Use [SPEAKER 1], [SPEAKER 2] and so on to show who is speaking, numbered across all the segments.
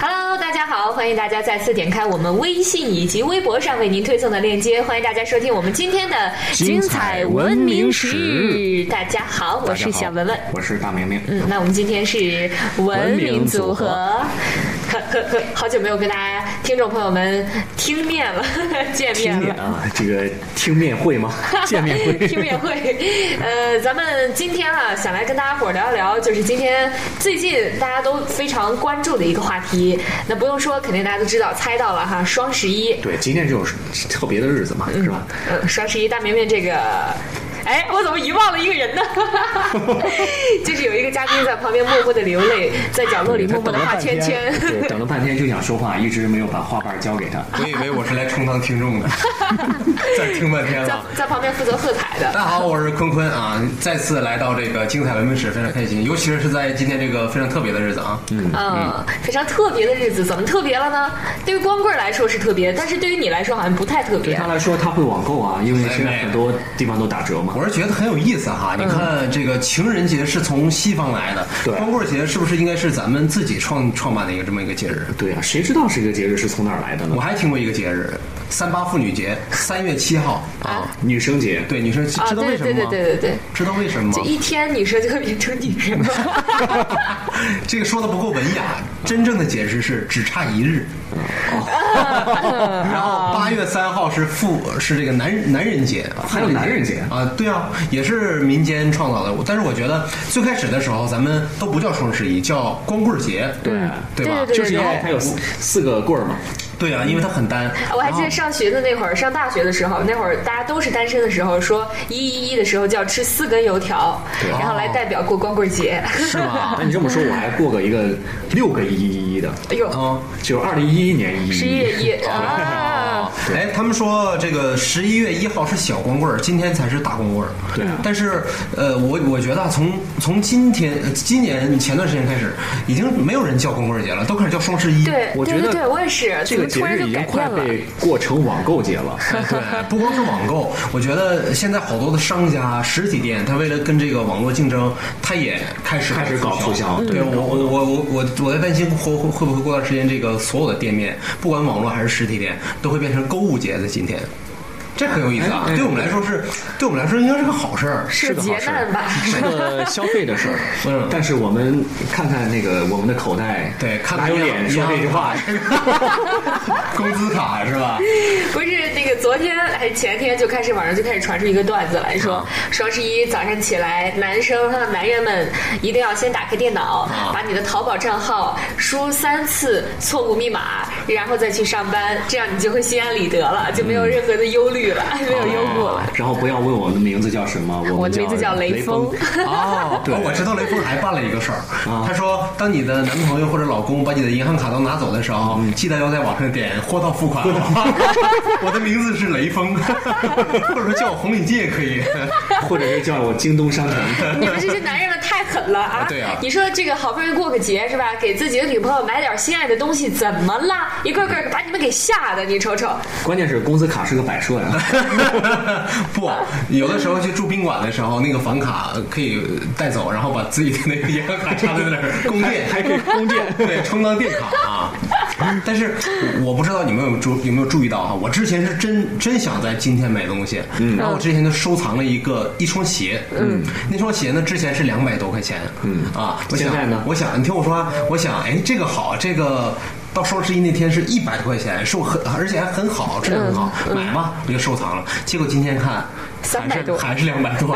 [SPEAKER 1] Hello，大家好，欢迎大家再次点开我们微信以及微博上为您推送的链接，欢迎大家收听我们今天的
[SPEAKER 2] 精彩文明史。
[SPEAKER 1] 大家好，我是小文文。
[SPEAKER 2] 我是大明明。
[SPEAKER 1] 嗯，那我们今天是文明组
[SPEAKER 2] 文明组合
[SPEAKER 1] 合，呵呵呵，好久没有跟大家听众朋友们听面了， 见
[SPEAKER 2] 听
[SPEAKER 1] 面
[SPEAKER 2] 面
[SPEAKER 1] 了。
[SPEAKER 2] 啊，这个听面会吗？ 见面会。
[SPEAKER 1] 听面会，呃，咱们今天啊，想来跟大家伙儿聊一聊，就是今天最近大家都非常关注的一个话题。那不用说，肯定大家都知道，猜到了哈，双十一。
[SPEAKER 2] 对，今天这种特别的日子嘛，是吧？
[SPEAKER 1] 嗯，双十一大明明这个。哎，我怎么遗忘了一个人呢？ 就是有一个嘉宾在旁边默默的流泪，在角落里默默的画圈圈。
[SPEAKER 2] 他等了半天对，等了半天就想说话，一直没有把话瓣交给他。
[SPEAKER 3] 我以为我是来充当听众的，在听半
[SPEAKER 2] 啊
[SPEAKER 3] 天
[SPEAKER 1] 在
[SPEAKER 3] 了。
[SPEAKER 1] 在旁边负责喝彩的
[SPEAKER 3] 大，家好，我是坤坤啊，再次来到这个精彩文明史，非常开心，尤其是在今天这个非常特别的日子啊。嗯，
[SPEAKER 1] 嗯，非常特别的日子，怎么特别了呢？对于光棍儿来说是特别，但是对于你来说好像不太特别
[SPEAKER 2] 对他。来说，他会网购啊，因为现在
[SPEAKER 3] 哎
[SPEAKER 2] 很多地方都打折嘛。
[SPEAKER 3] 我是觉得很有意思哈。你看这个情人节是从西方来的，
[SPEAKER 2] 对
[SPEAKER 3] 光棍节是不是应该是咱们自己创创办的一个这么一个节日？
[SPEAKER 2] 对啊，谁知道这个节日是从哪儿来的呢
[SPEAKER 3] 我？还听过一个节日，三八妇女节，三月七号啊。
[SPEAKER 2] 女生节，
[SPEAKER 3] 对，女生知
[SPEAKER 1] 啊，
[SPEAKER 3] 知道
[SPEAKER 1] 对
[SPEAKER 3] 为什么
[SPEAKER 1] 对
[SPEAKER 3] 吗？
[SPEAKER 1] 对对对对，
[SPEAKER 3] 知道为什么吗
[SPEAKER 1] 就？一天女生就会变成女生了。
[SPEAKER 3] 这个说的不够文雅，真正的解释是只差一日。然后八月三号是妇是这个男男人节，
[SPEAKER 2] 还有男人节
[SPEAKER 3] 啊，对啊，也是民间创造的。但是我觉得最开始的时候咱们都不叫双十一，叫光棍节，
[SPEAKER 2] 对
[SPEAKER 3] 对吧？
[SPEAKER 1] 对对对
[SPEAKER 2] 就是因
[SPEAKER 1] 对
[SPEAKER 2] 为它有四四个棍儿嘛。
[SPEAKER 3] 对啊，因为它很单。
[SPEAKER 1] 我还记得上学的那会儿，上大学的时候，那会儿大家都是单身的时候，说一一一的时候就要吃四根油条，然后来代表过光棍节。
[SPEAKER 3] 是吗？
[SPEAKER 2] 那你这么说，我还过个一个六个一一一的，
[SPEAKER 1] 哎呦，
[SPEAKER 3] 嗯。
[SPEAKER 2] 就是二零一一年一
[SPEAKER 1] 十一月一啊，
[SPEAKER 3] 哎，他们说这个十一月一号是小光棍儿，今天才是大光棍儿。
[SPEAKER 2] 对啊
[SPEAKER 3] 但是呃，我我觉得啊从从今天呃今年前段时间开始，已经没有人叫光棍节了，都开始叫双十一。
[SPEAKER 1] 对，
[SPEAKER 2] 我
[SPEAKER 1] 对
[SPEAKER 2] 觉
[SPEAKER 1] 对
[SPEAKER 2] 得
[SPEAKER 1] 对，我也是，怎
[SPEAKER 2] 这个
[SPEAKER 1] 么
[SPEAKER 2] 节
[SPEAKER 1] 突然
[SPEAKER 2] 日
[SPEAKER 1] 就
[SPEAKER 2] 已经
[SPEAKER 1] 改
[SPEAKER 2] 快
[SPEAKER 1] 变了？
[SPEAKER 2] 被过成网购节 了。
[SPEAKER 3] 对，不光是网购，我觉得现在好多的商家、实体店，他为了跟这个网络竞争，他也开始
[SPEAKER 2] 开始搞促销嗯
[SPEAKER 3] 对我，我我我我我在担心会会会不会过段时间，这个所有的店面，不管网络还是实体店，都会变成购物节在今天。这很有意思
[SPEAKER 2] 哎
[SPEAKER 3] 啊！对我们来说是，对我们来说应该是个好事儿。
[SPEAKER 1] 是劫难吧？
[SPEAKER 2] 是个消费的 事儿，
[SPEAKER 3] 嗯
[SPEAKER 2] 但是我们看看那个我们的口袋，
[SPEAKER 3] 对，看
[SPEAKER 2] 哪有脸说这句话？
[SPEAKER 3] 银行卡，工资卡是吧？
[SPEAKER 1] 不是那个，昨天还是前天就开始网上就开始传出一个段子来
[SPEAKER 3] 啊
[SPEAKER 1] 说，双十一早上起来，男生和男人们一定要先打开电脑，
[SPEAKER 3] 啊
[SPEAKER 1] 把你的淘宝账号输三次错误密码，然后再去上班，这样你就会心安理得了，
[SPEAKER 3] 嗯
[SPEAKER 1] 就没有任何的忧虑了，
[SPEAKER 3] 啊
[SPEAKER 1] 没有忧顾 了。
[SPEAKER 2] 然后不要问我们的名字叫什么，我
[SPEAKER 1] 我
[SPEAKER 2] 们
[SPEAKER 1] 的名字叫
[SPEAKER 2] 雷
[SPEAKER 1] 雷锋，
[SPEAKER 3] 哦，
[SPEAKER 2] 对啊
[SPEAKER 3] 我知道雷锋还办了一个事儿，他说，当你的男朋友或者老公把你的银行卡都拿走的时候，
[SPEAKER 2] 嗯
[SPEAKER 3] 记得要在网上点货到付 款。我的名字是雷锋，或者说叫我红领巾也可以。
[SPEAKER 2] 或者是叫我京东商城。
[SPEAKER 1] 你们这些男人们太狠了啊！
[SPEAKER 3] 对啊
[SPEAKER 1] 你说这个好不容易过个节是吧？给自己的女朋友买点心爱的东西，怎么了？一个个把你们给吓的，你瞅瞅，
[SPEAKER 2] 关键是工资卡是个摆设呀，
[SPEAKER 3] 不，有的时候去住宾馆的时候，那个房卡可以带走，然后把自己的那个银行卡插在那儿供电，
[SPEAKER 2] 还可以供电。
[SPEAKER 3] 对，充当电卡啊。 但是我不知道你们有没有注有没有注意到哈、我之前是真真想在今天买东西，
[SPEAKER 1] 嗯
[SPEAKER 3] 然后我之前就收藏了一个一双鞋，嗯，那双鞋呢之前是两百多块钱，嗯啊，我想
[SPEAKER 2] 现在呢
[SPEAKER 3] 我想你听我说啊，我想哎这个好，这个到双十一那天是一百多块钱，是我很而且还很好，质量很好，
[SPEAKER 1] 嗯
[SPEAKER 3] 买吧，我就收藏了。结果今天看。还
[SPEAKER 1] 300
[SPEAKER 3] 是
[SPEAKER 1] 多
[SPEAKER 3] 还是两百多，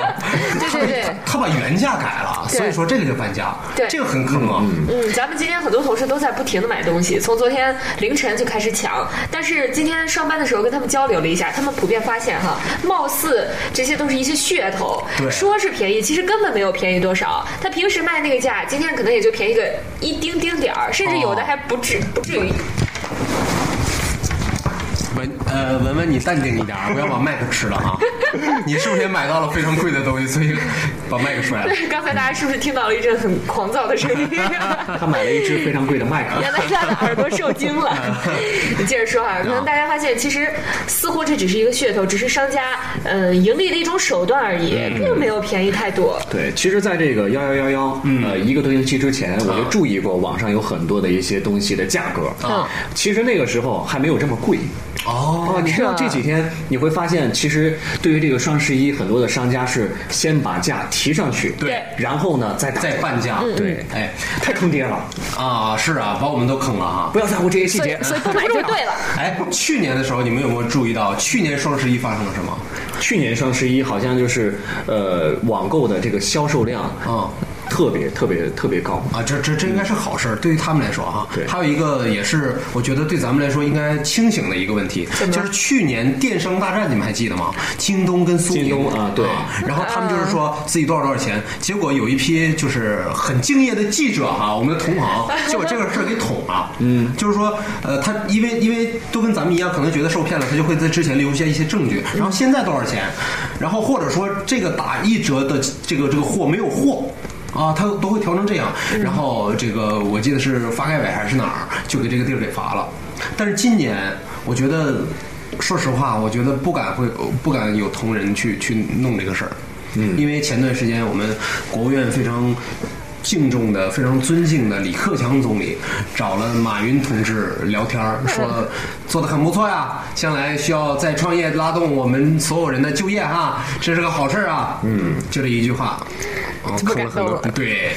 [SPEAKER 1] 对对
[SPEAKER 3] 他他把原价改了，
[SPEAKER 1] 对
[SPEAKER 3] 所以说这个就半价，
[SPEAKER 1] 对
[SPEAKER 3] 这个很坑啊。
[SPEAKER 1] 嗯，咱们今天很多同事都在不停的买东西，从昨天凌晨就开始抢。但是今天上班的时候跟他们交流了一下，他们普遍发现哈，貌似这些都是一些噱头，
[SPEAKER 3] 对
[SPEAKER 1] 说是便宜，其实根本没有便宜多少。他平时卖那个价，今天可能也就便宜个
[SPEAKER 2] 哦
[SPEAKER 1] 一丁丁点儿，甚至有的还不至、不至于。
[SPEAKER 3] 文呃文文，你淡定一点，不要把麦克吃了啊！你是不是也买到了非常贵的东西，所以把麦克摔了？
[SPEAKER 1] 刚才大家是不是听到了一阵很狂躁的声音？
[SPEAKER 2] 他买了一只非常贵的麦克。
[SPEAKER 1] 原来他的耳朵受 惊了。你接着说哈、啊，可能大家发现，其实似乎这只是一个噱头，只是商家呃盈利的一种手段而已，
[SPEAKER 3] 嗯
[SPEAKER 1] 并没有便宜太多。
[SPEAKER 2] 对，其实，在这个幺幺幺幺呃一个多星期之前，我就注意过网上有很多的一些东西的价格。
[SPEAKER 1] 嗯，
[SPEAKER 2] 其实那个时候还没有这么贵。
[SPEAKER 3] 哦，
[SPEAKER 2] 你知道这几天你会发现，其实对于这个双十一，很多的商家是先把价提上去，
[SPEAKER 3] 对
[SPEAKER 2] 然后呢再打
[SPEAKER 3] 再半价，
[SPEAKER 1] 嗯
[SPEAKER 2] 对，
[SPEAKER 3] 哎
[SPEAKER 2] 太坑爹了，
[SPEAKER 3] 啊，是啊，把我们都坑了哈。
[SPEAKER 2] 不要在乎这些细
[SPEAKER 1] 所
[SPEAKER 2] 节
[SPEAKER 1] 以。所以不买就 对了。
[SPEAKER 3] 哎，去年的时候你们有没有注意到，去年双十一发生了什么？
[SPEAKER 2] 去年双十一好像就是呃网购的这个销售量
[SPEAKER 3] 啊、
[SPEAKER 2] 特别特别特别高，
[SPEAKER 3] 啊，这这这应该是好事儿，对于他们来说哈。
[SPEAKER 2] 对
[SPEAKER 3] 还有一个也是我觉得对咱们来说应该清醒的一个问题，就是去年电商大战你们还记得吗？京东跟苏宁
[SPEAKER 2] 京东啊对
[SPEAKER 3] 然后他们就是说自己多少多少钱，结果有一批就是很敬业的记者哈，我们的同行 就把这个事儿给捅了。嗯，就是说呃，他因为因为都跟咱们一样，可能觉得受骗了，他就会在之前留下一些证据，然后现在多少钱，然后或者说这个打一折的这个这个货没有货。啊，他都会调成这样。然后这个我记得是发改委还是哪儿，就给这个地儿给罚了。但是今年我觉得，说实话，我觉得不敢会不敢有同仁去去弄这个事儿。嗯，因为前段时间我们国务院非常。敬重的、非常尊敬的李克强总理找了马云同志聊天儿，说
[SPEAKER 1] 嗯
[SPEAKER 3] 做的很不错呀，将来需要再创业，拉动我们所有人的就业哈，这是个好事儿啊。嗯，就这一句话，嗯
[SPEAKER 1] 这么
[SPEAKER 3] 坑了很
[SPEAKER 1] 感动
[SPEAKER 3] 多
[SPEAKER 1] 了，
[SPEAKER 3] 对，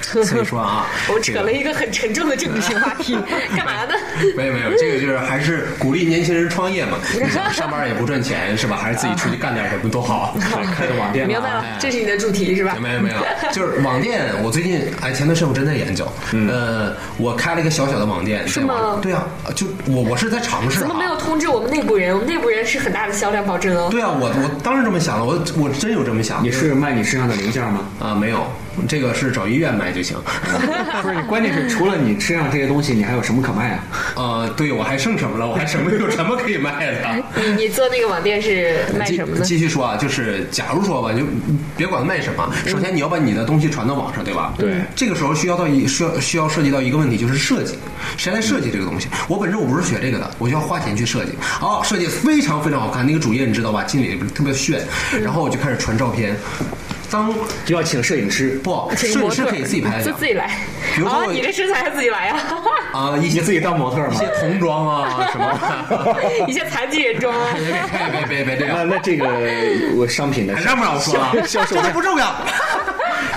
[SPEAKER 3] 所以说啊
[SPEAKER 1] 我
[SPEAKER 3] 这
[SPEAKER 1] 扯
[SPEAKER 3] 个
[SPEAKER 1] 了一个很沉重的政治性话题，干嘛呢？
[SPEAKER 3] 没有没有，这个就是还是鼓励年轻人创业嘛。你想上班也不赚钱是吧？还是自己出去干点什么多 好。
[SPEAKER 2] 开个网店
[SPEAKER 1] 明
[SPEAKER 2] 了
[SPEAKER 1] 白
[SPEAKER 2] 啊，
[SPEAKER 1] 了，
[SPEAKER 3] 嗯
[SPEAKER 1] 这是你的主题是吧？
[SPEAKER 3] 没有没有，就是网店，我最近哎，前段时间我真在研究，呃，我开了一个小小的网店，是
[SPEAKER 1] 嗯吗
[SPEAKER 3] 对啊，就我我是在尝试
[SPEAKER 1] 怎么没有
[SPEAKER 3] 啊。
[SPEAKER 1] 通知我们内部人？我们内部人是很大的销量保证哦。
[SPEAKER 3] 对啊，我我当时这么想的，我我真有这么想。
[SPEAKER 2] 你是卖你身上的零件吗？
[SPEAKER 3] 啊，没有，这个是找医院买就行。
[SPEAKER 1] 嗯
[SPEAKER 2] 不是，关键是除了你身上这些东西，你还有什么可卖啊？
[SPEAKER 3] 呃，对我还剩什么了？我还什么有什么可以卖的？
[SPEAKER 1] 你你做那个网店是卖
[SPEAKER 3] 继
[SPEAKER 1] 什么呢？
[SPEAKER 3] 继续说啊，就是假如说吧，就别管卖什么，
[SPEAKER 1] 嗯
[SPEAKER 3] 首先你要把你的东西传到网上，对吧？
[SPEAKER 2] 对
[SPEAKER 3] 这个时候需要到一需要需要涉及到一个问题，就是设计，谁来设计这个东西？我本身我不是学这个的，我就要花钱去设计。哦，设计非常非常好看，那个主页你知道吧？经理特别炫，
[SPEAKER 1] 嗯
[SPEAKER 3] 然后我就开始传照片。当
[SPEAKER 2] 就要请摄影师，
[SPEAKER 3] 不
[SPEAKER 1] 请
[SPEAKER 3] 摄
[SPEAKER 1] 模
[SPEAKER 3] 影
[SPEAKER 1] 特
[SPEAKER 3] 师
[SPEAKER 1] 儿
[SPEAKER 3] 可以自己拍的
[SPEAKER 1] 就
[SPEAKER 3] 照
[SPEAKER 1] 自己来。
[SPEAKER 3] 比如说
[SPEAKER 1] 哦，
[SPEAKER 3] 我
[SPEAKER 1] 你这身材还自己 来啊？
[SPEAKER 3] 啊，一
[SPEAKER 2] 你
[SPEAKER 3] 些
[SPEAKER 2] 自己当模特
[SPEAKER 3] 一
[SPEAKER 2] 吗
[SPEAKER 3] 些？童装啊什 么的。
[SPEAKER 1] 一些残疾 人装。
[SPEAKER 3] 别别别别这样
[SPEAKER 2] 那，那这个我商品的
[SPEAKER 3] 还让不让我说了？
[SPEAKER 2] 销售
[SPEAKER 3] 这都不重 要，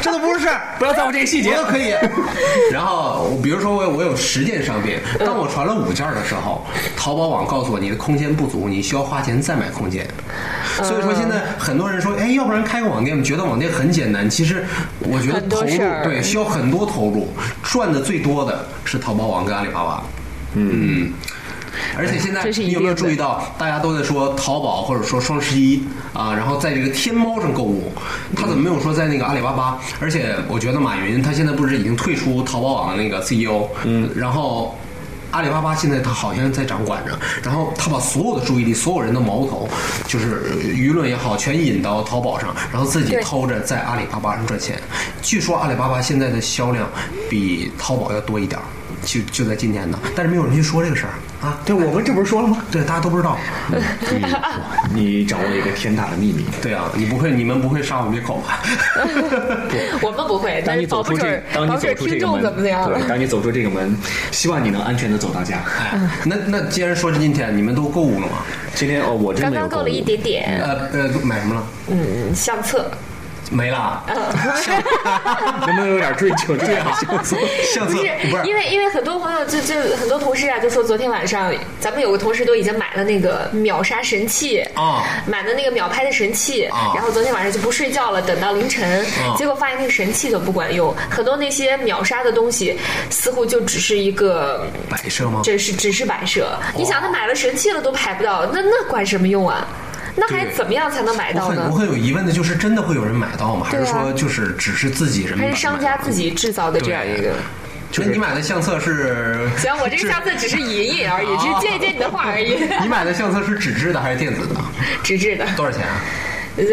[SPEAKER 3] 这都不是事儿。
[SPEAKER 2] 不要在乎这些细
[SPEAKER 3] 我都可以。 然后我比如说我有我有十件商品，当我传了五件的时候，淘宝网告诉我你的空间不足，你需要花钱再买空间。所以说现在很多人说，哎，要不然开个网店，觉得网店很简单。其实我觉得
[SPEAKER 1] 很
[SPEAKER 3] 投
[SPEAKER 1] 多
[SPEAKER 3] 入
[SPEAKER 1] 事儿
[SPEAKER 3] 对需要很多投入，赚的最多的是淘宝网跟阿里巴巴。嗯。而且现在
[SPEAKER 1] 这是一
[SPEAKER 3] 你有没有
[SPEAKER 1] 定的
[SPEAKER 3] 注意到，大家都在说淘宝或者说双十一啊，然后在这个天猫上购物，他怎么没有说在那个阿里巴巴？而且我觉得马云他现在不是已经退出淘宝网的那个 CEO，嗯，然后。阿里巴巴现在他好像在掌管着，然后他把所有的注意力、所有人的矛头，就是呃舆论也好，全引到淘宝上，然后自己
[SPEAKER 1] 对
[SPEAKER 3] 偷着在阿里巴巴上赚钱。据说阿里巴巴现在的销量比淘宝要多一点儿，就就在今年呢，但是没有人去说这个事儿啊。
[SPEAKER 2] 对，我们这不是说了吗？
[SPEAKER 3] 对，大家都不知道。
[SPEAKER 1] 嗯
[SPEAKER 2] 你掌握了一个天大的秘密。
[SPEAKER 3] 对啊，你不会，你们不会杀我灭口吧？
[SPEAKER 1] 我们不会，
[SPEAKER 2] 当
[SPEAKER 1] 但
[SPEAKER 2] 你
[SPEAKER 1] 是保
[SPEAKER 2] 走
[SPEAKER 1] 不
[SPEAKER 2] 出这
[SPEAKER 1] 准，，
[SPEAKER 2] 当
[SPEAKER 1] 保
[SPEAKER 2] 你
[SPEAKER 1] 不
[SPEAKER 2] 走
[SPEAKER 1] 准
[SPEAKER 2] 出这
[SPEAKER 1] 听
[SPEAKER 2] 个
[SPEAKER 1] 众
[SPEAKER 2] 门，
[SPEAKER 1] 怎么 样了
[SPEAKER 2] 对，。当你走出这个门，希望你能安全的走到家。
[SPEAKER 3] 哎， 那那既然说是今天，你们都购物了吗？
[SPEAKER 2] 今天哦，我真
[SPEAKER 1] 刚
[SPEAKER 2] 没有
[SPEAKER 1] 刚
[SPEAKER 2] 购
[SPEAKER 1] 够
[SPEAKER 2] 物
[SPEAKER 1] 了一点点，
[SPEAKER 3] 呃呃，买什么了？
[SPEAKER 1] 嗯，相 册。
[SPEAKER 3] 没了。
[SPEAKER 1] 嗯
[SPEAKER 2] 能不能有点追求？对啊，
[SPEAKER 3] 相
[SPEAKER 1] 不
[SPEAKER 3] 册
[SPEAKER 1] 是
[SPEAKER 3] 不是
[SPEAKER 1] 因为因为很多朋友就就很多同事啊，就说昨天晚上咱们有个同事都已经买了那个秒杀神器
[SPEAKER 3] 啊
[SPEAKER 1] 买的那个秒拍的神器
[SPEAKER 3] 啊
[SPEAKER 1] 然后昨天晚上就不睡觉了，等到凌晨，
[SPEAKER 3] 啊
[SPEAKER 1] 结果发现那个神器都不管用，很多那些秒杀的东西似乎就只是一个。
[SPEAKER 3] 摆设吗？
[SPEAKER 1] 这是只是摆设，你想
[SPEAKER 2] 哦
[SPEAKER 1] 他买了神器了都拍不到，那那管什么用啊？那还
[SPEAKER 3] 对
[SPEAKER 1] 怎么样才能买
[SPEAKER 3] 我
[SPEAKER 1] 到
[SPEAKER 3] 很我
[SPEAKER 1] 呢？
[SPEAKER 3] 很有疑问的就是，真的会有人买到吗？还是
[SPEAKER 1] 对啊
[SPEAKER 3] 说就是只是自己人买？
[SPEAKER 1] 还是商家自己制造的这样一个？
[SPEAKER 3] 那你买的相册是？
[SPEAKER 1] 行，我这个相册只是引引而已，只是借一借你的话而已。
[SPEAKER 3] 你买的相册是纸质的还是电子的？
[SPEAKER 1] 纸质的，
[SPEAKER 3] 多少钱啊？
[SPEAKER 1] 呃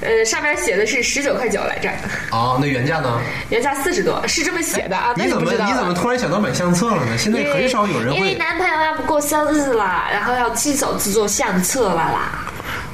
[SPEAKER 1] 呃，上面写的是十九块九来着，
[SPEAKER 3] 哦，那原价呢？
[SPEAKER 1] 原价四十多，是这么写的啊？那
[SPEAKER 3] 你怎
[SPEAKER 1] 不
[SPEAKER 3] 么
[SPEAKER 1] 知道
[SPEAKER 3] 哎你怎么突然想到买相册了呢？现在
[SPEAKER 1] 因为
[SPEAKER 3] 很少有人
[SPEAKER 1] 因为
[SPEAKER 3] 会。
[SPEAKER 1] 男朋友要过生日啦，然后要亲手制作相册了
[SPEAKER 3] 哦
[SPEAKER 1] 啦。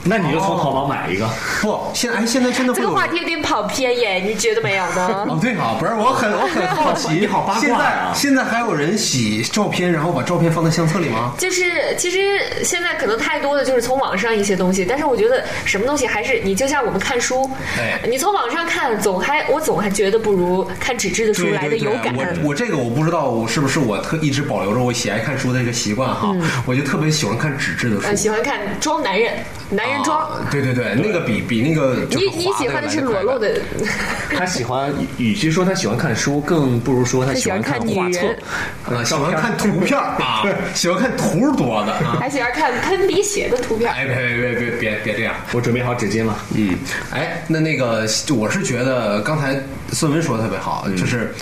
[SPEAKER 4] 那你就从淘宝买一个。
[SPEAKER 3] 不，现哎，现在真的
[SPEAKER 1] 这
[SPEAKER 3] 会
[SPEAKER 1] 个
[SPEAKER 3] 有
[SPEAKER 1] 话
[SPEAKER 3] 人。
[SPEAKER 1] 题有点跑偏耶，你觉得没有呢？
[SPEAKER 3] 哦，对啊，不是，我很我很好 奇，
[SPEAKER 4] 你好八卦啊
[SPEAKER 3] 现在现在还有人洗照片，然后把照片放在相册里吗？
[SPEAKER 1] 就是其实现在可能太多的就是从网上一些东西，但是我觉得什么东西还是你就像我们看书，
[SPEAKER 3] 哎
[SPEAKER 1] 你从网上看总还我总还觉得不如看纸质的书
[SPEAKER 3] 对
[SPEAKER 1] 来的
[SPEAKER 3] 对对
[SPEAKER 1] 有感。，
[SPEAKER 3] 我我这个我不知道，我是不是我特一直保留着我喜爱看书的这个习惯哈？我就特别喜欢看纸质的
[SPEAKER 1] 呃，
[SPEAKER 3] 书，
[SPEAKER 1] 嗯喜欢看装男人，男人装。
[SPEAKER 3] 啊对对对，那个比比那个就
[SPEAKER 1] 你
[SPEAKER 3] 是
[SPEAKER 1] 你喜
[SPEAKER 3] 划
[SPEAKER 1] 欢的是
[SPEAKER 3] 来
[SPEAKER 1] 裸
[SPEAKER 3] 快
[SPEAKER 1] 露的，
[SPEAKER 2] 他喜欢，与其说他喜欢看书，更不如说他喜欢看画
[SPEAKER 1] 他喜欢看女
[SPEAKER 2] 册
[SPEAKER 1] 人。
[SPEAKER 3] 啊，喜欢看图 片儿啊，喜欢看图儿多的啊。
[SPEAKER 1] 还喜欢看喷鼻血的图片。
[SPEAKER 3] 哎，别别别别别别这样。
[SPEAKER 2] 我准备好纸巾了。
[SPEAKER 3] 嗯，哎，那那个，我是觉得刚才孙文说的特别好，
[SPEAKER 2] 嗯
[SPEAKER 3] 就是。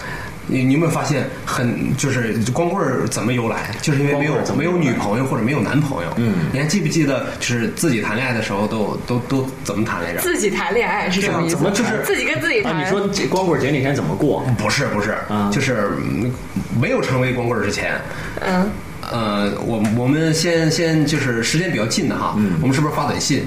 [SPEAKER 3] 你你有没有发现很就是光棍儿怎么由来，就是因为没有
[SPEAKER 2] 光棍儿怎么
[SPEAKER 3] 没有
[SPEAKER 2] 由来
[SPEAKER 3] 女朋友或者没有男朋友。
[SPEAKER 2] 嗯
[SPEAKER 3] 你还记不记得就是自己谈恋爱的时候都都都怎么谈来着？
[SPEAKER 1] 自己谈恋爱是什么意思？
[SPEAKER 2] 怎么就是
[SPEAKER 1] 自己跟自己谈？
[SPEAKER 2] 啊，你说这光棍节那天怎么 过？
[SPEAKER 3] 不是不是，
[SPEAKER 2] 嗯
[SPEAKER 3] 就是嗯没有成为光棍儿之前，
[SPEAKER 1] 嗯，
[SPEAKER 3] 呃，我我们先先就是时间比较近的哈，我们是不是发短信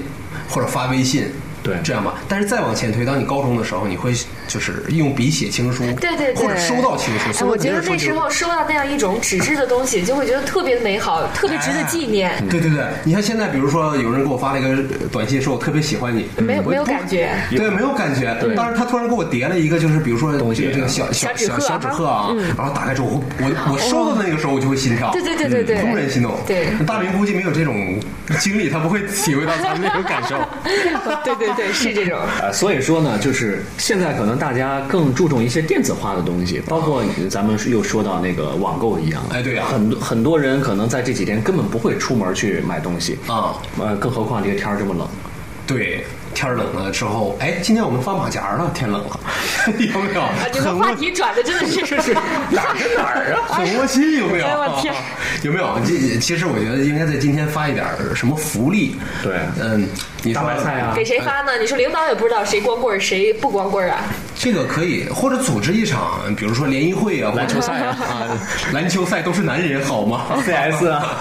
[SPEAKER 3] 或者发微信？
[SPEAKER 2] 对
[SPEAKER 3] 这样吧。但是再往前推，当你高中的时候，你会就是用笔写情书，
[SPEAKER 1] 对对对，
[SPEAKER 3] 或者收到情书。
[SPEAKER 1] 哎
[SPEAKER 3] 所以
[SPEAKER 1] 我觉得
[SPEAKER 3] 肯定是收
[SPEAKER 1] 那时
[SPEAKER 3] 情
[SPEAKER 1] 候收到那样一种纸质的东西，就会觉得特别美好，特别值得纪念。
[SPEAKER 3] 哎对对对，你看现在，比如说有人给我发了一个短信，说我特别喜欢你，
[SPEAKER 1] 没有
[SPEAKER 3] 嗯我
[SPEAKER 1] 没有
[SPEAKER 3] 不
[SPEAKER 1] 感觉
[SPEAKER 3] 对，没有感觉。但是他突然给我叠了一个，就是比如说
[SPEAKER 2] 东西啊
[SPEAKER 3] 这个这个小
[SPEAKER 1] 小
[SPEAKER 3] 小
[SPEAKER 1] 纸
[SPEAKER 3] 小
[SPEAKER 1] 鹤嗯
[SPEAKER 3] 小纸鹤啊，然后打开之后，我我我收到那个时候，我就会心跳。
[SPEAKER 1] 对对对对对，
[SPEAKER 2] 嗯
[SPEAKER 3] 怦然心动。
[SPEAKER 1] 对，
[SPEAKER 3] 大明估计没有这种经历，他不会体会到咱们那种感 受。
[SPEAKER 1] 对对对，是这种。
[SPEAKER 2] 呃，所以说呢，就是现在可能大家更注重一些电子化的东西，包括咱们又说到那个网购一样。
[SPEAKER 3] 哎对呀
[SPEAKER 2] 很多很多人可能在这几天根本不会出门去买东西
[SPEAKER 3] 啊
[SPEAKER 2] 呃，更何况这个天儿这么冷，
[SPEAKER 3] 对，天儿冷了之后，哎，今天我们发马甲了，天冷了， 有没有？
[SPEAKER 1] 啊，你们
[SPEAKER 3] 很
[SPEAKER 1] 话
[SPEAKER 3] 窝
[SPEAKER 1] 题转的真的 是是
[SPEAKER 3] 哪儿跟哪儿啊？很窝心，有没有？
[SPEAKER 1] 哎我天
[SPEAKER 3] 有没有？这其实我觉得应该在今天发一点儿什么福利。
[SPEAKER 2] 对
[SPEAKER 3] 嗯，你说
[SPEAKER 2] 大白菜啊
[SPEAKER 1] 给谁发呢？你说领导也不知道谁光棍儿谁不光棍儿啊？
[SPEAKER 3] 这个可以，或者组织一场，比如说联谊会啊，篮球赛啊， 篮球赛都是男人好吗
[SPEAKER 2] CS 啊，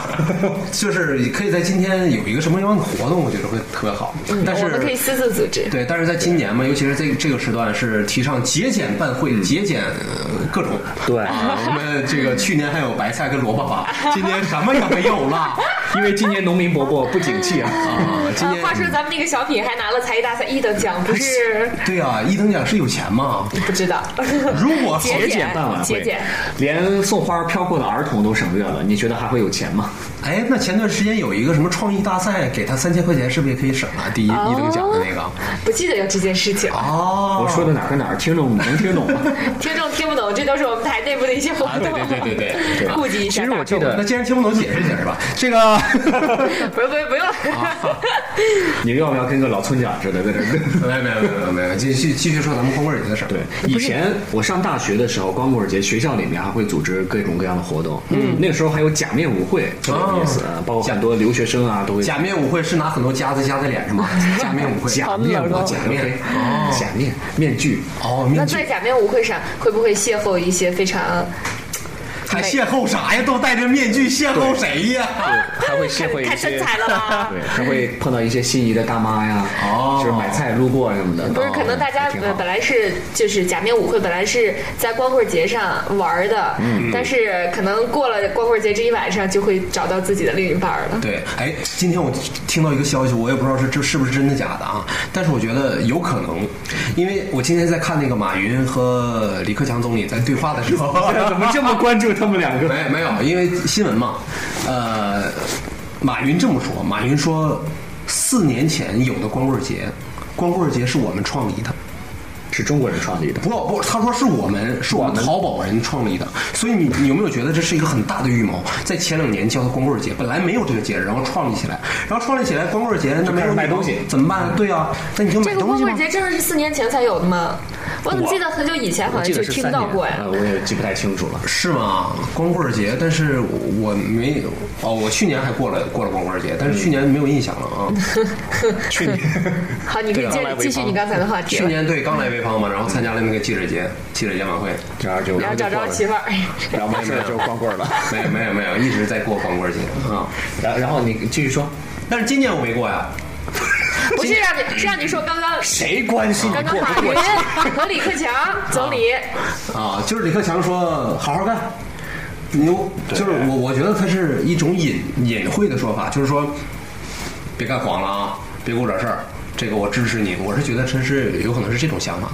[SPEAKER 3] 就是可以在今天有一个什么样的活动，我觉得会特别好。但是
[SPEAKER 1] 嗯我们可以私自组织。
[SPEAKER 3] 对，但是在今年嘛，尤其是这这个时段是提倡节俭办会，节俭呃各种。
[SPEAKER 2] 对
[SPEAKER 3] 啊，我们这个去年还有白菜跟萝卜 发，今年什么也没有了。
[SPEAKER 2] 因为今年农民伯伯不景气啊。
[SPEAKER 3] 啊，今
[SPEAKER 1] 啊，
[SPEAKER 3] 年
[SPEAKER 1] 话说咱们那个小品还拿了才艺大赛一等奖，不 是
[SPEAKER 3] 对啊，一等奖是有钱吗？
[SPEAKER 1] 不知道。
[SPEAKER 3] 如果
[SPEAKER 1] 节
[SPEAKER 2] 节俭办晚
[SPEAKER 1] 节
[SPEAKER 2] 会
[SPEAKER 1] 俭，
[SPEAKER 2] 连送花飘过的儿童都省略了，你觉得还会有钱吗？
[SPEAKER 3] 哎，那前段时间有一个什么创意大赛，给他三千块钱，是不是也可以省啊？第一、
[SPEAKER 1] 哦
[SPEAKER 3] 一等奖的那个。
[SPEAKER 1] 不记得有这件事情，
[SPEAKER 3] 哦，
[SPEAKER 2] 我说的哪儿跟哪儿，听众能听懂吗？
[SPEAKER 1] 听众听不懂，这都是我们台内部的一些活
[SPEAKER 3] 啊，对
[SPEAKER 1] 动。
[SPEAKER 3] 对对对对。
[SPEAKER 1] 顾及一
[SPEAKER 2] 其
[SPEAKER 1] 下
[SPEAKER 2] 实我
[SPEAKER 1] 大
[SPEAKER 2] 记
[SPEAKER 1] 众。
[SPEAKER 3] 那
[SPEAKER 2] 得
[SPEAKER 3] 既然听不懂，解释解释吧。这个
[SPEAKER 1] 不用不用不用，
[SPEAKER 3] 啊
[SPEAKER 2] 你要不要跟个老村长似的在这儿？
[SPEAKER 3] 没有没有没有没有，继续继续说咱们光棍节的事儿。
[SPEAKER 2] 对，以前我上大学的时候，光棍节学校里面还会组织各种各样的活动。嗯，那个时候还有假面舞会，特别
[SPEAKER 1] 哦
[SPEAKER 2] 有意思，啊，包括很多留学生啊都会
[SPEAKER 3] 假面舞会是拿很多夹子夹在脸上 吗？假面舞会，
[SPEAKER 2] 假面
[SPEAKER 3] 哦
[SPEAKER 2] 舞
[SPEAKER 3] 假
[SPEAKER 2] 假
[SPEAKER 3] 面
[SPEAKER 2] 面，
[SPEAKER 1] 哦
[SPEAKER 2] 假面面具。
[SPEAKER 3] 哦，
[SPEAKER 1] 那
[SPEAKER 3] 面具
[SPEAKER 1] 在假面舞会上会不会邂逅一些非常
[SPEAKER 3] 还邂逅啥呀？都戴着面具邂逅谁呀？
[SPEAKER 2] 还会邂 逅一
[SPEAKER 1] 看身
[SPEAKER 2] 些，
[SPEAKER 1] 材了 吧？
[SPEAKER 2] 对，还会碰到一些心仪的大妈呀，
[SPEAKER 3] 哦
[SPEAKER 2] 就是买菜路过什么的。哦
[SPEAKER 1] 不是，可能大家
[SPEAKER 2] 挺好
[SPEAKER 1] 呃本来是就是假面舞会，本来是在光棍节上玩的，
[SPEAKER 2] 嗯
[SPEAKER 1] 但是可能过了光棍节这一晚上，就会找到自己的另一半了。
[SPEAKER 3] 对，哎，今天我听到一个消息，我也不知道是这是不是真的假的啊，但是我觉得有可能，因为我今天在看那个马云和李克强总理在对话的时候，
[SPEAKER 2] 怎么这么关注他们两个？
[SPEAKER 3] 没没有，因为新闻嘛，呃，马云这么说，马云说，四年前有的光棍节，光棍节是我们创立的，
[SPEAKER 2] 是中国人创立的。
[SPEAKER 3] 不不，他说是我们是我们淘宝人创立的，所以你你有没有觉得这是一个很大的预谋？在前两年叫它光棍节，本来没有这个节日，然后创立起来，然后创立起来光棍节，那没
[SPEAKER 2] 开始
[SPEAKER 3] 有
[SPEAKER 2] 卖东西嗯
[SPEAKER 3] 怎么办？对啊，那你就买
[SPEAKER 1] 这个
[SPEAKER 3] 东
[SPEAKER 1] 光
[SPEAKER 3] 西
[SPEAKER 1] 棍
[SPEAKER 3] 吗？
[SPEAKER 1] 节真的是四年前才有的吗？我怎么记得很久以前好
[SPEAKER 2] 我
[SPEAKER 1] 像呃
[SPEAKER 2] 记
[SPEAKER 1] 就
[SPEAKER 2] 得是
[SPEAKER 1] 听
[SPEAKER 2] 三
[SPEAKER 1] 到
[SPEAKER 2] 年
[SPEAKER 1] 过呀？
[SPEAKER 2] 呃我也记不太清楚了。
[SPEAKER 3] 是吗？光棍节，但是我没哦，我去年还过了过了光棍节，但是去年没有印象了
[SPEAKER 2] 嗯
[SPEAKER 3] 啊。去年
[SPEAKER 1] 好，你可以
[SPEAKER 2] 对啊
[SPEAKER 1] 接
[SPEAKER 2] 来
[SPEAKER 1] 着
[SPEAKER 2] 潍
[SPEAKER 1] 继续
[SPEAKER 2] 坊
[SPEAKER 1] 你刚才的话题
[SPEAKER 3] 去
[SPEAKER 1] 了。
[SPEAKER 3] 年对刚来潍坊嘛，然后参加了那个记者节记者节晚会，
[SPEAKER 2] 这样就
[SPEAKER 1] 然后
[SPEAKER 2] 然
[SPEAKER 1] 找着媳 妇儿，
[SPEAKER 2] 后完事儿就光棍了。
[SPEAKER 3] 没有没有没有，一直在过光棍节
[SPEAKER 2] 嗯
[SPEAKER 3] 啊。
[SPEAKER 2] 然然后你继续说，
[SPEAKER 3] 但是今年我没过呀，
[SPEAKER 1] 不是让你是让你说刚刚
[SPEAKER 2] 谁关心
[SPEAKER 1] 刚刚马云和李克强总理，
[SPEAKER 3] 啊，就是李克强说好好干，牛，就是我我觉得他是一种隐隐晦的说法，就是说别干黄了啊，别给我惹事儿。这个我支持你，我是觉得真是有可能是这种想法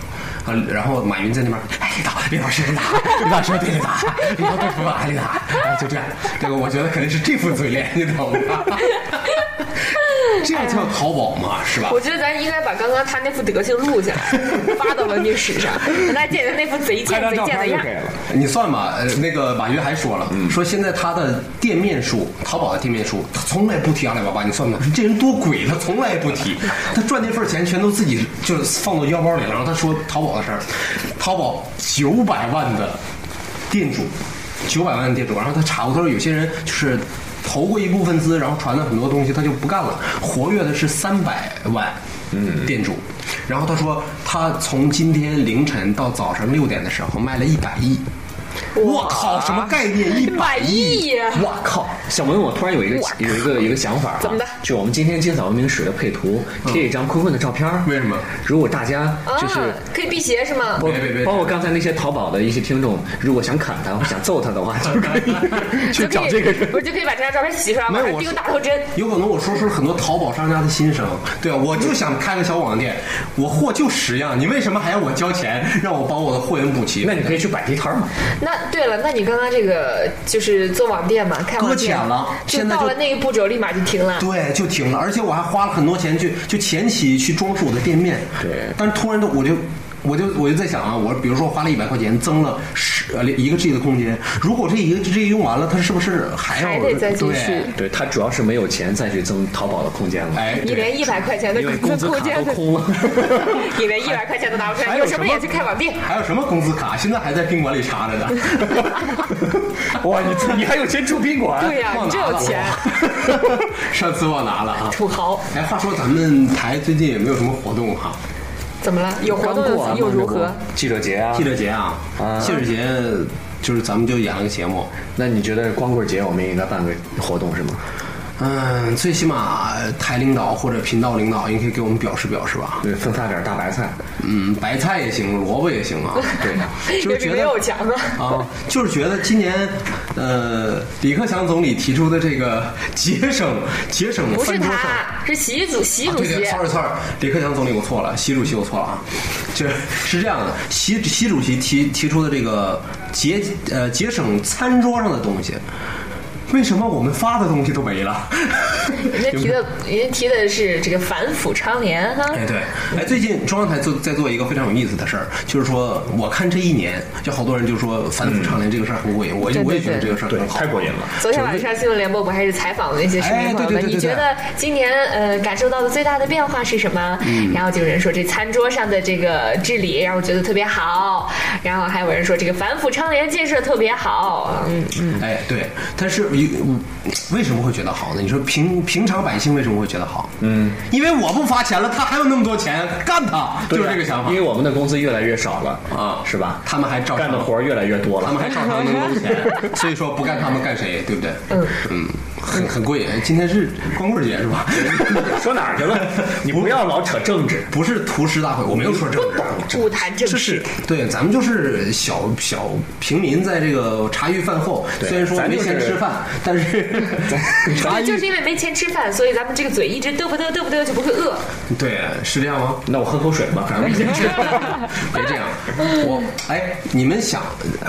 [SPEAKER 3] 啊。然后马云在那边，哎，领导，领导是领导，领导说对领导，啊领导对不吧，领导，哎，就这样。这个我觉得肯定是这副嘴脸，你懂吗？ 这样叫淘宝嘛，是吧
[SPEAKER 1] 我？觉得咱应该把刚刚他那副德行录下来，发到文明史 上，让大家见见那副贼
[SPEAKER 2] 拍
[SPEAKER 1] 贱
[SPEAKER 2] 张
[SPEAKER 1] 贼
[SPEAKER 2] 照
[SPEAKER 1] 贱的
[SPEAKER 2] 片就
[SPEAKER 1] 样
[SPEAKER 2] 可以
[SPEAKER 1] 儿。
[SPEAKER 2] 了。
[SPEAKER 3] 你算吧，呃，那个马云还说了，说现在他的店面数，淘宝的店面数，他从来不提阿里巴巴，你算算，这人多鬼，他从来不提，他赚那份钱全都自己就是放到腰包里了，然后他说淘宝的事儿，淘宝九百万的店主，九百万的店主，然后他查过，他说有些人就是。投过一部分资，然后传了很多东西，他就不干了。活跃的是三百万，嗯，店主。然后他说，他从今天凌晨到早上六点的时候卖了一百亿。我靠，什么概念？一百亿！
[SPEAKER 1] 100
[SPEAKER 3] 我靠！
[SPEAKER 2] 小萌，我突然有一个
[SPEAKER 1] 哇
[SPEAKER 2] 有一个一个想法啊，
[SPEAKER 1] 怎么的
[SPEAKER 2] 就我们今天今早文明史的配图贴一张坤坤的照片儿，
[SPEAKER 3] 嗯为什么
[SPEAKER 2] 如果大家就是
[SPEAKER 1] 啊，可以辟邪是吗？
[SPEAKER 2] 包
[SPEAKER 3] 别别别
[SPEAKER 2] 包括刚才那些淘宝的一些听众，如果想砍他或想揍他 的话，就可以去
[SPEAKER 1] 就
[SPEAKER 2] 找
[SPEAKER 1] 可
[SPEAKER 2] 这
[SPEAKER 1] 以
[SPEAKER 2] 个人，。
[SPEAKER 1] 不是就可以把这张照片洗出来，
[SPEAKER 3] 没有
[SPEAKER 1] 往上
[SPEAKER 3] 我
[SPEAKER 1] 钉
[SPEAKER 3] 是
[SPEAKER 1] 大头针。
[SPEAKER 3] 有可能我说出了很多淘宝商家的心声。对啊，我就想开个小网店，我货就十样，你为什么还要我交钱让我把我的货源补齐？
[SPEAKER 2] 那你可以去摆地摊儿嘛，
[SPEAKER 1] 那对了，那你刚刚这个就是做网店嘛，开网
[SPEAKER 3] 搁
[SPEAKER 1] 店
[SPEAKER 3] 浅了
[SPEAKER 1] 就
[SPEAKER 3] 现在
[SPEAKER 1] 到
[SPEAKER 3] 就
[SPEAKER 1] 了那一步骤立马就停了。
[SPEAKER 3] 对，就停了，而且我还花了很多钱去，就前期去装饰我的店面。
[SPEAKER 2] 对
[SPEAKER 3] 但是突然的我就。我就我就在想啊，我比如说花了一百块钱增了十呃一个 G 的空间，如果这一个 G 用完了，它是不是还要
[SPEAKER 1] 还得再继续
[SPEAKER 3] 对
[SPEAKER 2] 对他主要是没有钱再去增淘宝的空间了，
[SPEAKER 3] 哎，
[SPEAKER 1] 你
[SPEAKER 3] 对
[SPEAKER 1] 连一百块钱的
[SPEAKER 2] 因为工资卡
[SPEAKER 1] 空间
[SPEAKER 2] 都
[SPEAKER 1] 都
[SPEAKER 2] 空了。
[SPEAKER 1] 你连一百块钱都拿不出来，
[SPEAKER 3] 还
[SPEAKER 1] 有
[SPEAKER 3] 有
[SPEAKER 1] 什么也去开网店？
[SPEAKER 3] 还有什么工资卡？现在还在宾馆里查着呢。
[SPEAKER 2] 哇，你自你还有钱住宾 馆？
[SPEAKER 1] 对 呀、
[SPEAKER 3] 忘拿
[SPEAKER 1] 你真有
[SPEAKER 3] 了
[SPEAKER 1] 钱，
[SPEAKER 3] 上次忘拿了啊。
[SPEAKER 1] 土豪
[SPEAKER 3] 哎，话说咱们台最近也没有什么活动哈、
[SPEAKER 1] 怎么了？有活动
[SPEAKER 2] 刚过
[SPEAKER 1] 又
[SPEAKER 3] 啊
[SPEAKER 2] 完
[SPEAKER 1] 又如何
[SPEAKER 2] 嘛？记者节啊
[SPEAKER 3] 记，者节啊，
[SPEAKER 2] 啊
[SPEAKER 3] 记者节就是咱们就演了个节目，
[SPEAKER 2] 那你觉得光棍节我们也应该办个活动是吗？
[SPEAKER 3] 嗯，最起码台领导或者频道领导应该给我们表示表示吧。
[SPEAKER 2] 对，分发点大白菜。
[SPEAKER 3] 嗯，白菜也行，萝卜也行 啊。对，就
[SPEAKER 1] 也
[SPEAKER 3] 是
[SPEAKER 1] 比
[SPEAKER 3] 觉
[SPEAKER 1] 没
[SPEAKER 3] 得
[SPEAKER 1] 有强啊。
[SPEAKER 3] 啊，就是觉得今年，呃，李克强总理提出的这个节省节省
[SPEAKER 1] 不是
[SPEAKER 3] 饭桌上。
[SPEAKER 1] 他，是习主习
[SPEAKER 3] 啊
[SPEAKER 1] 主
[SPEAKER 3] 对对
[SPEAKER 1] 席。
[SPEAKER 3] ，sorry sorry，李克强总理我错了，习主席我错了啊，就是是这样的，习习主席提提出的这个节呃节省餐桌上的东西，为什么我们发的东西都没了？
[SPEAKER 1] 人家提的，人家提的是这个反腐倡廉哈。
[SPEAKER 3] 哎，对，哎，最近中央台做在做一个非常有意思的事儿，就是说，我看这一年，就好多人就说反腐倡廉这个事儿很过瘾，我
[SPEAKER 1] 对对
[SPEAKER 3] 我也觉得
[SPEAKER 1] 对
[SPEAKER 3] 这个事儿很好，
[SPEAKER 2] 瘾了。
[SPEAKER 1] 昨天晚上新闻联播不还是采访了那些市民
[SPEAKER 3] 哎
[SPEAKER 1] 朋友
[SPEAKER 3] 对对对
[SPEAKER 1] 们？
[SPEAKER 3] 对对
[SPEAKER 1] 你觉得今年呃感受到的最大的变化是什么？然后就有人说这餐桌上的这个治理让我觉得特别好，然后还有人说这个反腐倡廉建设特别好，嗯，
[SPEAKER 3] 哎，对，但是有嗯为什么会觉得好呢？你说平平常百姓为什么会觉得好？嗯，因为我不发钱了，他还有那么多钱，干他，就是这个想法
[SPEAKER 2] 因为我们的工资越来越少了
[SPEAKER 3] 啊，
[SPEAKER 2] 是吧？
[SPEAKER 3] 他们还照
[SPEAKER 2] 干的活儿越来越多
[SPEAKER 3] 他们
[SPEAKER 2] 了。
[SPEAKER 3] 还照常能挣 钱，所以说不干他们干谁，对不对？嗯很很过瘾。今天是光棍节是吧？
[SPEAKER 2] 说哪儿去了？ 你不要老扯政治。
[SPEAKER 3] 不是屠师大会，我没有说政治。
[SPEAKER 1] 不谈政
[SPEAKER 3] 这
[SPEAKER 1] 治
[SPEAKER 3] 是。对，咱们就是小小平民，在这个茶余饭后，
[SPEAKER 2] 对
[SPEAKER 3] 虽然说
[SPEAKER 2] 咱
[SPEAKER 3] 没
[SPEAKER 2] 就是
[SPEAKER 3] 钱吃饭，但是 茶
[SPEAKER 1] 就
[SPEAKER 3] 余
[SPEAKER 1] 是因为没钱吃饭，所以咱们这个嘴一直嘚啵嘚嘚啵嘚就不会饿。
[SPEAKER 3] 对是这样吗？
[SPEAKER 2] 那我喝口水吧，
[SPEAKER 3] 咱 们别这样，我哎，你们想，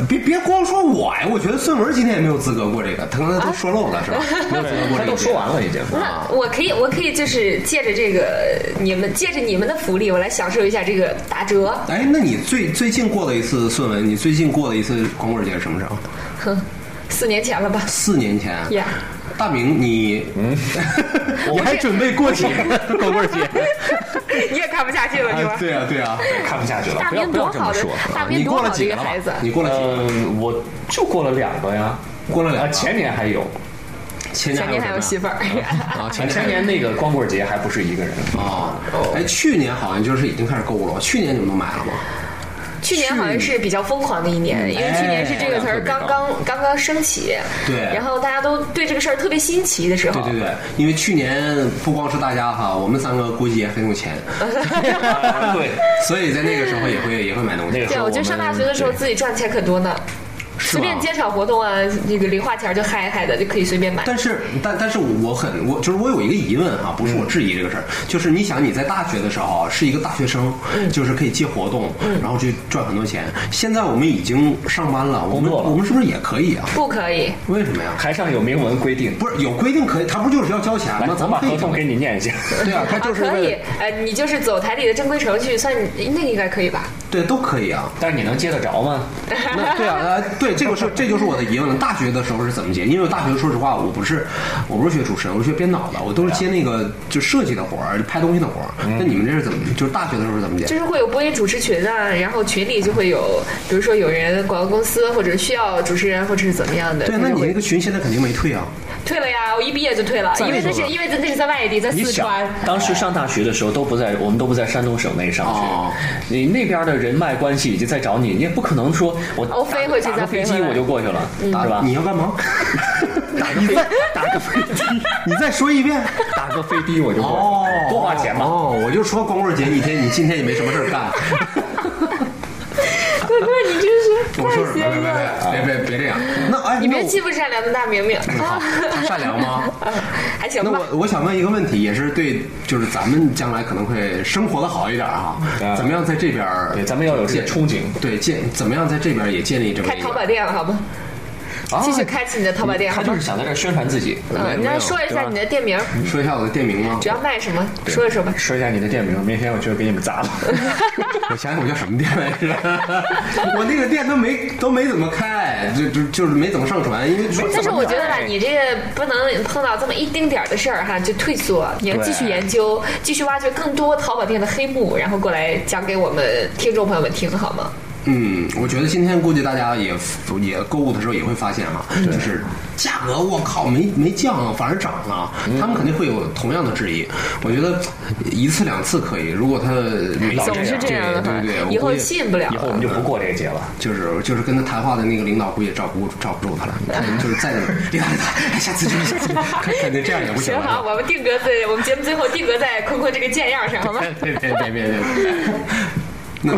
[SPEAKER 3] 别别光说我呀，我觉得孙文今天也没有资格过这个，他刚才都说漏了是吧？没有资格过
[SPEAKER 2] 啊他
[SPEAKER 3] 这
[SPEAKER 2] 都
[SPEAKER 3] 个。
[SPEAKER 2] 说完了已经。
[SPEAKER 1] 那我可以，我可以就是借着这个你们借着你们的福利，我来享受一下这个打折。
[SPEAKER 3] 哎，那你最最近过的一次孙文，你最近过的一次光棍节是什么时候？
[SPEAKER 1] 哼，四年前了吧？
[SPEAKER 3] 四年前。
[SPEAKER 1] 呀，
[SPEAKER 3] 大明，你 嗯，你还准备过节光棍节？
[SPEAKER 1] 你也看不下去了是吧？
[SPEAKER 3] 对啊，对啊，
[SPEAKER 2] 看不下去了，
[SPEAKER 1] 大
[SPEAKER 2] 不要
[SPEAKER 1] 明
[SPEAKER 2] 不要
[SPEAKER 1] 多
[SPEAKER 2] 这么
[SPEAKER 1] 好的
[SPEAKER 2] 说。，
[SPEAKER 1] 大
[SPEAKER 3] 啊你
[SPEAKER 1] 明多
[SPEAKER 3] 过
[SPEAKER 1] 好
[SPEAKER 3] 了
[SPEAKER 1] 的一
[SPEAKER 3] 几
[SPEAKER 1] 个
[SPEAKER 3] 个了吧
[SPEAKER 1] 孩子？，
[SPEAKER 3] 你过了几个？
[SPEAKER 2] 嗯，我就过了两个呀，
[SPEAKER 3] 过了两
[SPEAKER 2] 啊，
[SPEAKER 3] 个
[SPEAKER 2] 前年还有，
[SPEAKER 3] 前
[SPEAKER 1] 前年还有
[SPEAKER 3] 有
[SPEAKER 1] 媳
[SPEAKER 3] 什么
[SPEAKER 1] 妇儿，
[SPEAKER 3] 呀啊，前
[SPEAKER 2] 前
[SPEAKER 3] 年还有
[SPEAKER 2] 年那个光棍节还不是一个人，
[SPEAKER 3] 啊，哎，去年好像就是已经开始购物了，去年你们都买了吗？
[SPEAKER 1] 去年好像是比较疯狂的一年，因为去年是这个词
[SPEAKER 3] 哎
[SPEAKER 1] 儿刚刚刚刚升起，
[SPEAKER 3] 对
[SPEAKER 1] 然后大家都对这个事儿特别新奇的时候，
[SPEAKER 3] 对对对，因为去年不光是大家哈，我们三个估计也很有钱，
[SPEAKER 2] 啊 对，
[SPEAKER 3] 所以在那个时候也会也会买东西
[SPEAKER 2] 那个。时
[SPEAKER 1] 啊
[SPEAKER 2] 候
[SPEAKER 1] 我觉得上大学的时候自己赚钱可多呢，
[SPEAKER 3] 是
[SPEAKER 1] 随
[SPEAKER 3] 吧
[SPEAKER 1] 便接场活动啊，那个零花钱就嗨嗨的就可以随便买。
[SPEAKER 3] 但是，但但是我很我就是我有一个疑问哈、不是我质疑这个事儿，
[SPEAKER 1] 嗯
[SPEAKER 3] 就是你想你在大学的时候啊是一个大学生，就是可以接活动，
[SPEAKER 1] 嗯
[SPEAKER 3] 然后去赚很多钱。现在我们已经上班了，我
[SPEAKER 2] 工
[SPEAKER 3] 们
[SPEAKER 2] 作了
[SPEAKER 3] 我们是不是也可以啊？
[SPEAKER 1] 不可以，
[SPEAKER 3] 为什么呀？
[SPEAKER 2] 台上有明文规定。
[SPEAKER 3] 不是有规定可以，他不就是要交钱
[SPEAKER 2] 来，
[SPEAKER 3] 吗？
[SPEAKER 2] 我
[SPEAKER 3] 咱们
[SPEAKER 2] 把
[SPEAKER 3] 可以
[SPEAKER 2] 合同给你念一下。
[SPEAKER 3] 对啊，他就是
[SPEAKER 1] 啊、可
[SPEAKER 3] 为
[SPEAKER 1] 以
[SPEAKER 3] 了，
[SPEAKER 1] 呃，你就是走台里的正规程序，算那个应该可以吧？
[SPEAKER 3] 对都可以啊。
[SPEAKER 2] 但是你能接得着吗？
[SPEAKER 3] 那对啊，呃，对，这个是这就是我的疑问了。大学的时候是怎么接？因为大学说实话，我不是我不是学主持人，我是学编导的，我都是接那个就设计的活儿，拍东西的活儿。
[SPEAKER 2] 嗯
[SPEAKER 3] 那你们这是怎么？就是大学的时候是怎么接
[SPEAKER 1] 就？是会有播音主持群啊，然后群里就会有，比如说有人广告公司或者需要主持人或者是怎么样的，
[SPEAKER 3] 对，
[SPEAKER 1] 他
[SPEAKER 3] 那
[SPEAKER 1] 就
[SPEAKER 3] 你那
[SPEAKER 1] 会
[SPEAKER 3] 个群现在肯定没退啊。
[SPEAKER 1] 退了呀，我一毕业就退了，因为那是因为那是在外地，在
[SPEAKER 2] 你
[SPEAKER 1] 四
[SPEAKER 2] 想
[SPEAKER 1] 川，，
[SPEAKER 2] 当时上大学的时候都不在，我们都不在山东省内上学，
[SPEAKER 3] 哦
[SPEAKER 2] 你那边的人脉关系已经在找你，你也不可能说我
[SPEAKER 1] 哦飞回去
[SPEAKER 2] 打个
[SPEAKER 1] 再
[SPEAKER 2] 飞
[SPEAKER 1] 飞
[SPEAKER 2] 机
[SPEAKER 1] 回来嗯
[SPEAKER 2] 我就过去了，是吧？
[SPEAKER 3] 你要干嘛？
[SPEAKER 2] 你再打个飞机，
[SPEAKER 3] 你再说一 遍。
[SPEAKER 2] 打个飞的我就过去了，哦多花钱嘛。
[SPEAKER 3] 哦，我就说光棍节一天，你今天也没什么事儿干。
[SPEAKER 1] 哥哥你真是
[SPEAKER 3] 我说
[SPEAKER 1] 太
[SPEAKER 3] 别
[SPEAKER 1] 邪
[SPEAKER 3] 别
[SPEAKER 1] 恶了。
[SPEAKER 3] 别别别别这样。那哎，
[SPEAKER 1] 你别
[SPEAKER 3] 那
[SPEAKER 1] 欺负善良的大明明，
[SPEAKER 3] 我好善良吗？
[SPEAKER 1] 还行
[SPEAKER 3] 那
[SPEAKER 1] 吧。
[SPEAKER 3] 我我想问一个问题，也是对，就是咱们将来可能会生活的好一点哈、
[SPEAKER 2] 嗯
[SPEAKER 3] 怎么样在这边儿
[SPEAKER 2] 对，咱们要有这些憧憬。
[SPEAKER 3] 对建怎么样在这边儿也建立这么
[SPEAKER 1] 开
[SPEAKER 3] 一
[SPEAKER 1] 淘宝
[SPEAKER 3] 个？
[SPEAKER 1] 店了，好吗？继续开启你的淘宝店，
[SPEAKER 2] 他
[SPEAKER 1] 好
[SPEAKER 2] 就
[SPEAKER 1] 吗
[SPEAKER 2] 是？想在这儿宣传自己。
[SPEAKER 3] 啊没有
[SPEAKER 1] 嗯，你
[SPEAKER 3] 呃没
[SPEAKER 1] 来
[SPEAKER 3] 有
[SPEAKER 1] 说一
[SPEAKER 3] 对
[SPEAKER 1] 下
[SPEAKER 3] 吧
[SPEAKER 1] 你的店名，
[SPEAKER 3] 说一下我的店名吗
[SPEAKER 1] 主？要卖什么？说一说吧。
[SPEAKER 2] 说一下你的店名，明天我就给你们砸了。
[SPEAKER 3] 我想想我叫什么店来着？ 我那个店都没都没怎么开，就就就是没怎么上传，因为
[SPEAKER 1] 但是我觉得吧，你这个不能碰到这么一丁点儿的事儿哈，就退缩。你要继续研究，继续挖掘更多淘宝店的黑幕，然后过来讲给我们听众朋友们听，好吗？
[SPEAKER 3] 嗯，我觉得今天估计大家也也购物的时候也会发现啊，就是价格我靠没没降，反而涨了，他们肯定会有同样的质疑。我觉得一次两次可以，如果他每
[SPEAKER 2] 老
[SPEAKER 3] 次
[SPEAKER 1] 总是这样的话
[SPEAKER 3] 对对，对，
[SPEAKER 1] 以后
[SPEAKER 3] 我估
[SPEAKER 1] 吸
[SPEAKER 3] 计
[SPEAKER 1] 引不了
[SPEAKER 2] 以后我
[SPEAKER 1] 了
[SPEAKER 2] 们。就不过这个节 了。
[SPEAKER 3] 就是就是跟他谈话的那个领导估计也照顾照顾不住他了，就是再领导领导，哎下次就是下次，感觉这样也不行
[SPEAKER 1] 行
[SPEAKER 3] 了。
[SPEAKER 1] 好，我们定格在我们节目最后定格在坤坤这个贱样上，好吗？
[SPEAKER 3] 别别别别别！那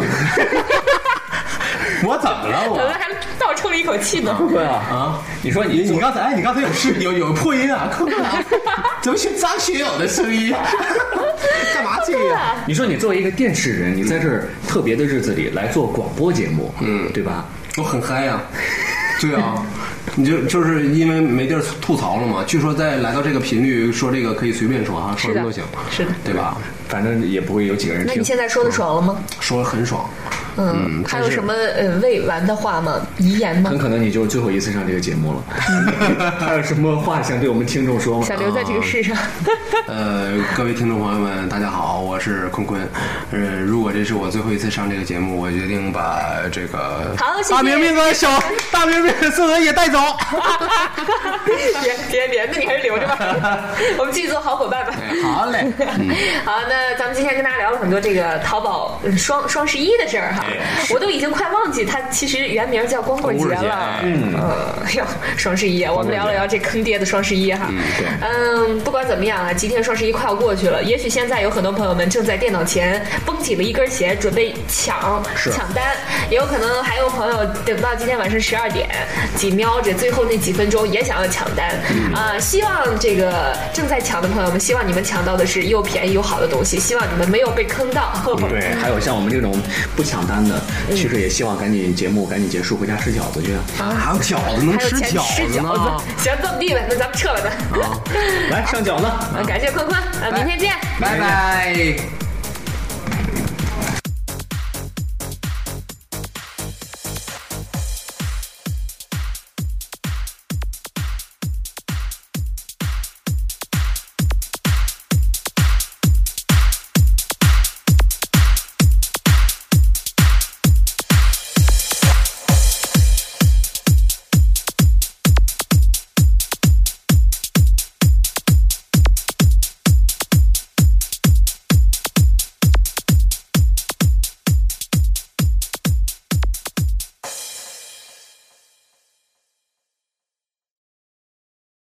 [SPEAKER 3] 我怎么了
[SPEAKER 1] 怎么
[SPEAKER 3] 我？
[SPEAKER 1] 还倒抽了一口气呢？
[SPEAKER 2] 对啊，
[SPEAKER 3] 啊！
[SPEAKER 2] 你说
[SPEAKER 3] 你
[SPEAKER 2] 你
[SPEAKER 3] 你刚才哎你刚才有是有有破 音啊，快快啊！怎么是张学友的声音？干嘛啊这样？
[SPEAKER 1] 啊
[SPEAKER 2] 你说你作为一个电视人，你在这儿特别的日子里来做广播节目，嗯，对吧？
[SPEAKER 3] 我很嗨呀、对啊，你就就是因为没地儿吐槽了嘛。据说在来到这个频率，说这个可以随便说啊，说什么都行，
[SPEAKER 1] 是的
[SPEAKER 3] 对吧？
[SPEAKER 2] 反正也不会有几个人
[SPEAKER 1] 那
[SPEAKER 2] 听
[SPEAKER 1] 你。现在说的爽了吗？
[SPEAKER 3] 说很爽，
[SPEAKER 1] 嗯，还有什么呃未完的话吗？遗言吗
[SPEAKER 3] 嗯
[SPEAKER 2] 很？可能你就是最后一次上这个节目了。还有什么话想对我们听众说吗？
[SPEAKER 1] 想留在这个世上？
[SPEAKER 3] 呃，各位听众朋友们，大家好，我是坤坤。呃，如果这是我最后一次上这个节目，我决定把这个
[SPEAKER 1] 好，谢谢。
[SPEAKER 3] 大明明和小大明明和孙娥也带走。
[SPEAKER 1] 别别别，那你还是留着 吧，我们继续做好伙伴吧。
[SPEAKER 3] 哎好 嘞，
[SPEAKER 1] 好，那咱们今天跟大家聊了很多这个淘宝嗯双双十一的事儿哈，
[SPEAKER 3] 哎
[SPEAKER 1] 我都已经快忘记它其实原名叫光棍节
[SPEAKER 3] 光棍节
[SPEAKER 1] 了
[SPEAKER 3] 哎。
[SPEAKER 1] 嗯，哎呦，双十一啊，我们聊了聊这坑爹的双十一哈。嗯，不管怎么样啊，今天双十一快要过去了，也许现在有很多朋友们正在电脑前绷起了一根弦，准备抢抢单，也有可能还有朋友等到今天晚上十二点几瞄着最后那几分钟也想要抢单啊、希望这个正在抢的朋友们，希望你们抢到的是又便宜又好的东西，希望你们没有被坑到。
[SPEAKER 2] 对，还有像我们这种不抢单的，其实也希望赶紧节目赶紧结束，回家吃饺子去。啊
[SPEAKER 3] 还有饺子能
[SPEAKER 1] 还有
[SPEAKER 3] 吃
[SPEAKER 1] 钱吃
[SPEAKER 3] 饺子
[SPEAKER 1] 饺
[SPEAKER 3] 呢
[SPEAKER 1] 子，，行，这么地吧，那咱们撤了吧。
[SPEAKER 2] 来上饺子。
[SPEAKER 1] 啊感谢坤坤，啊，明天见。
[SPEAKER 3] 拜拜。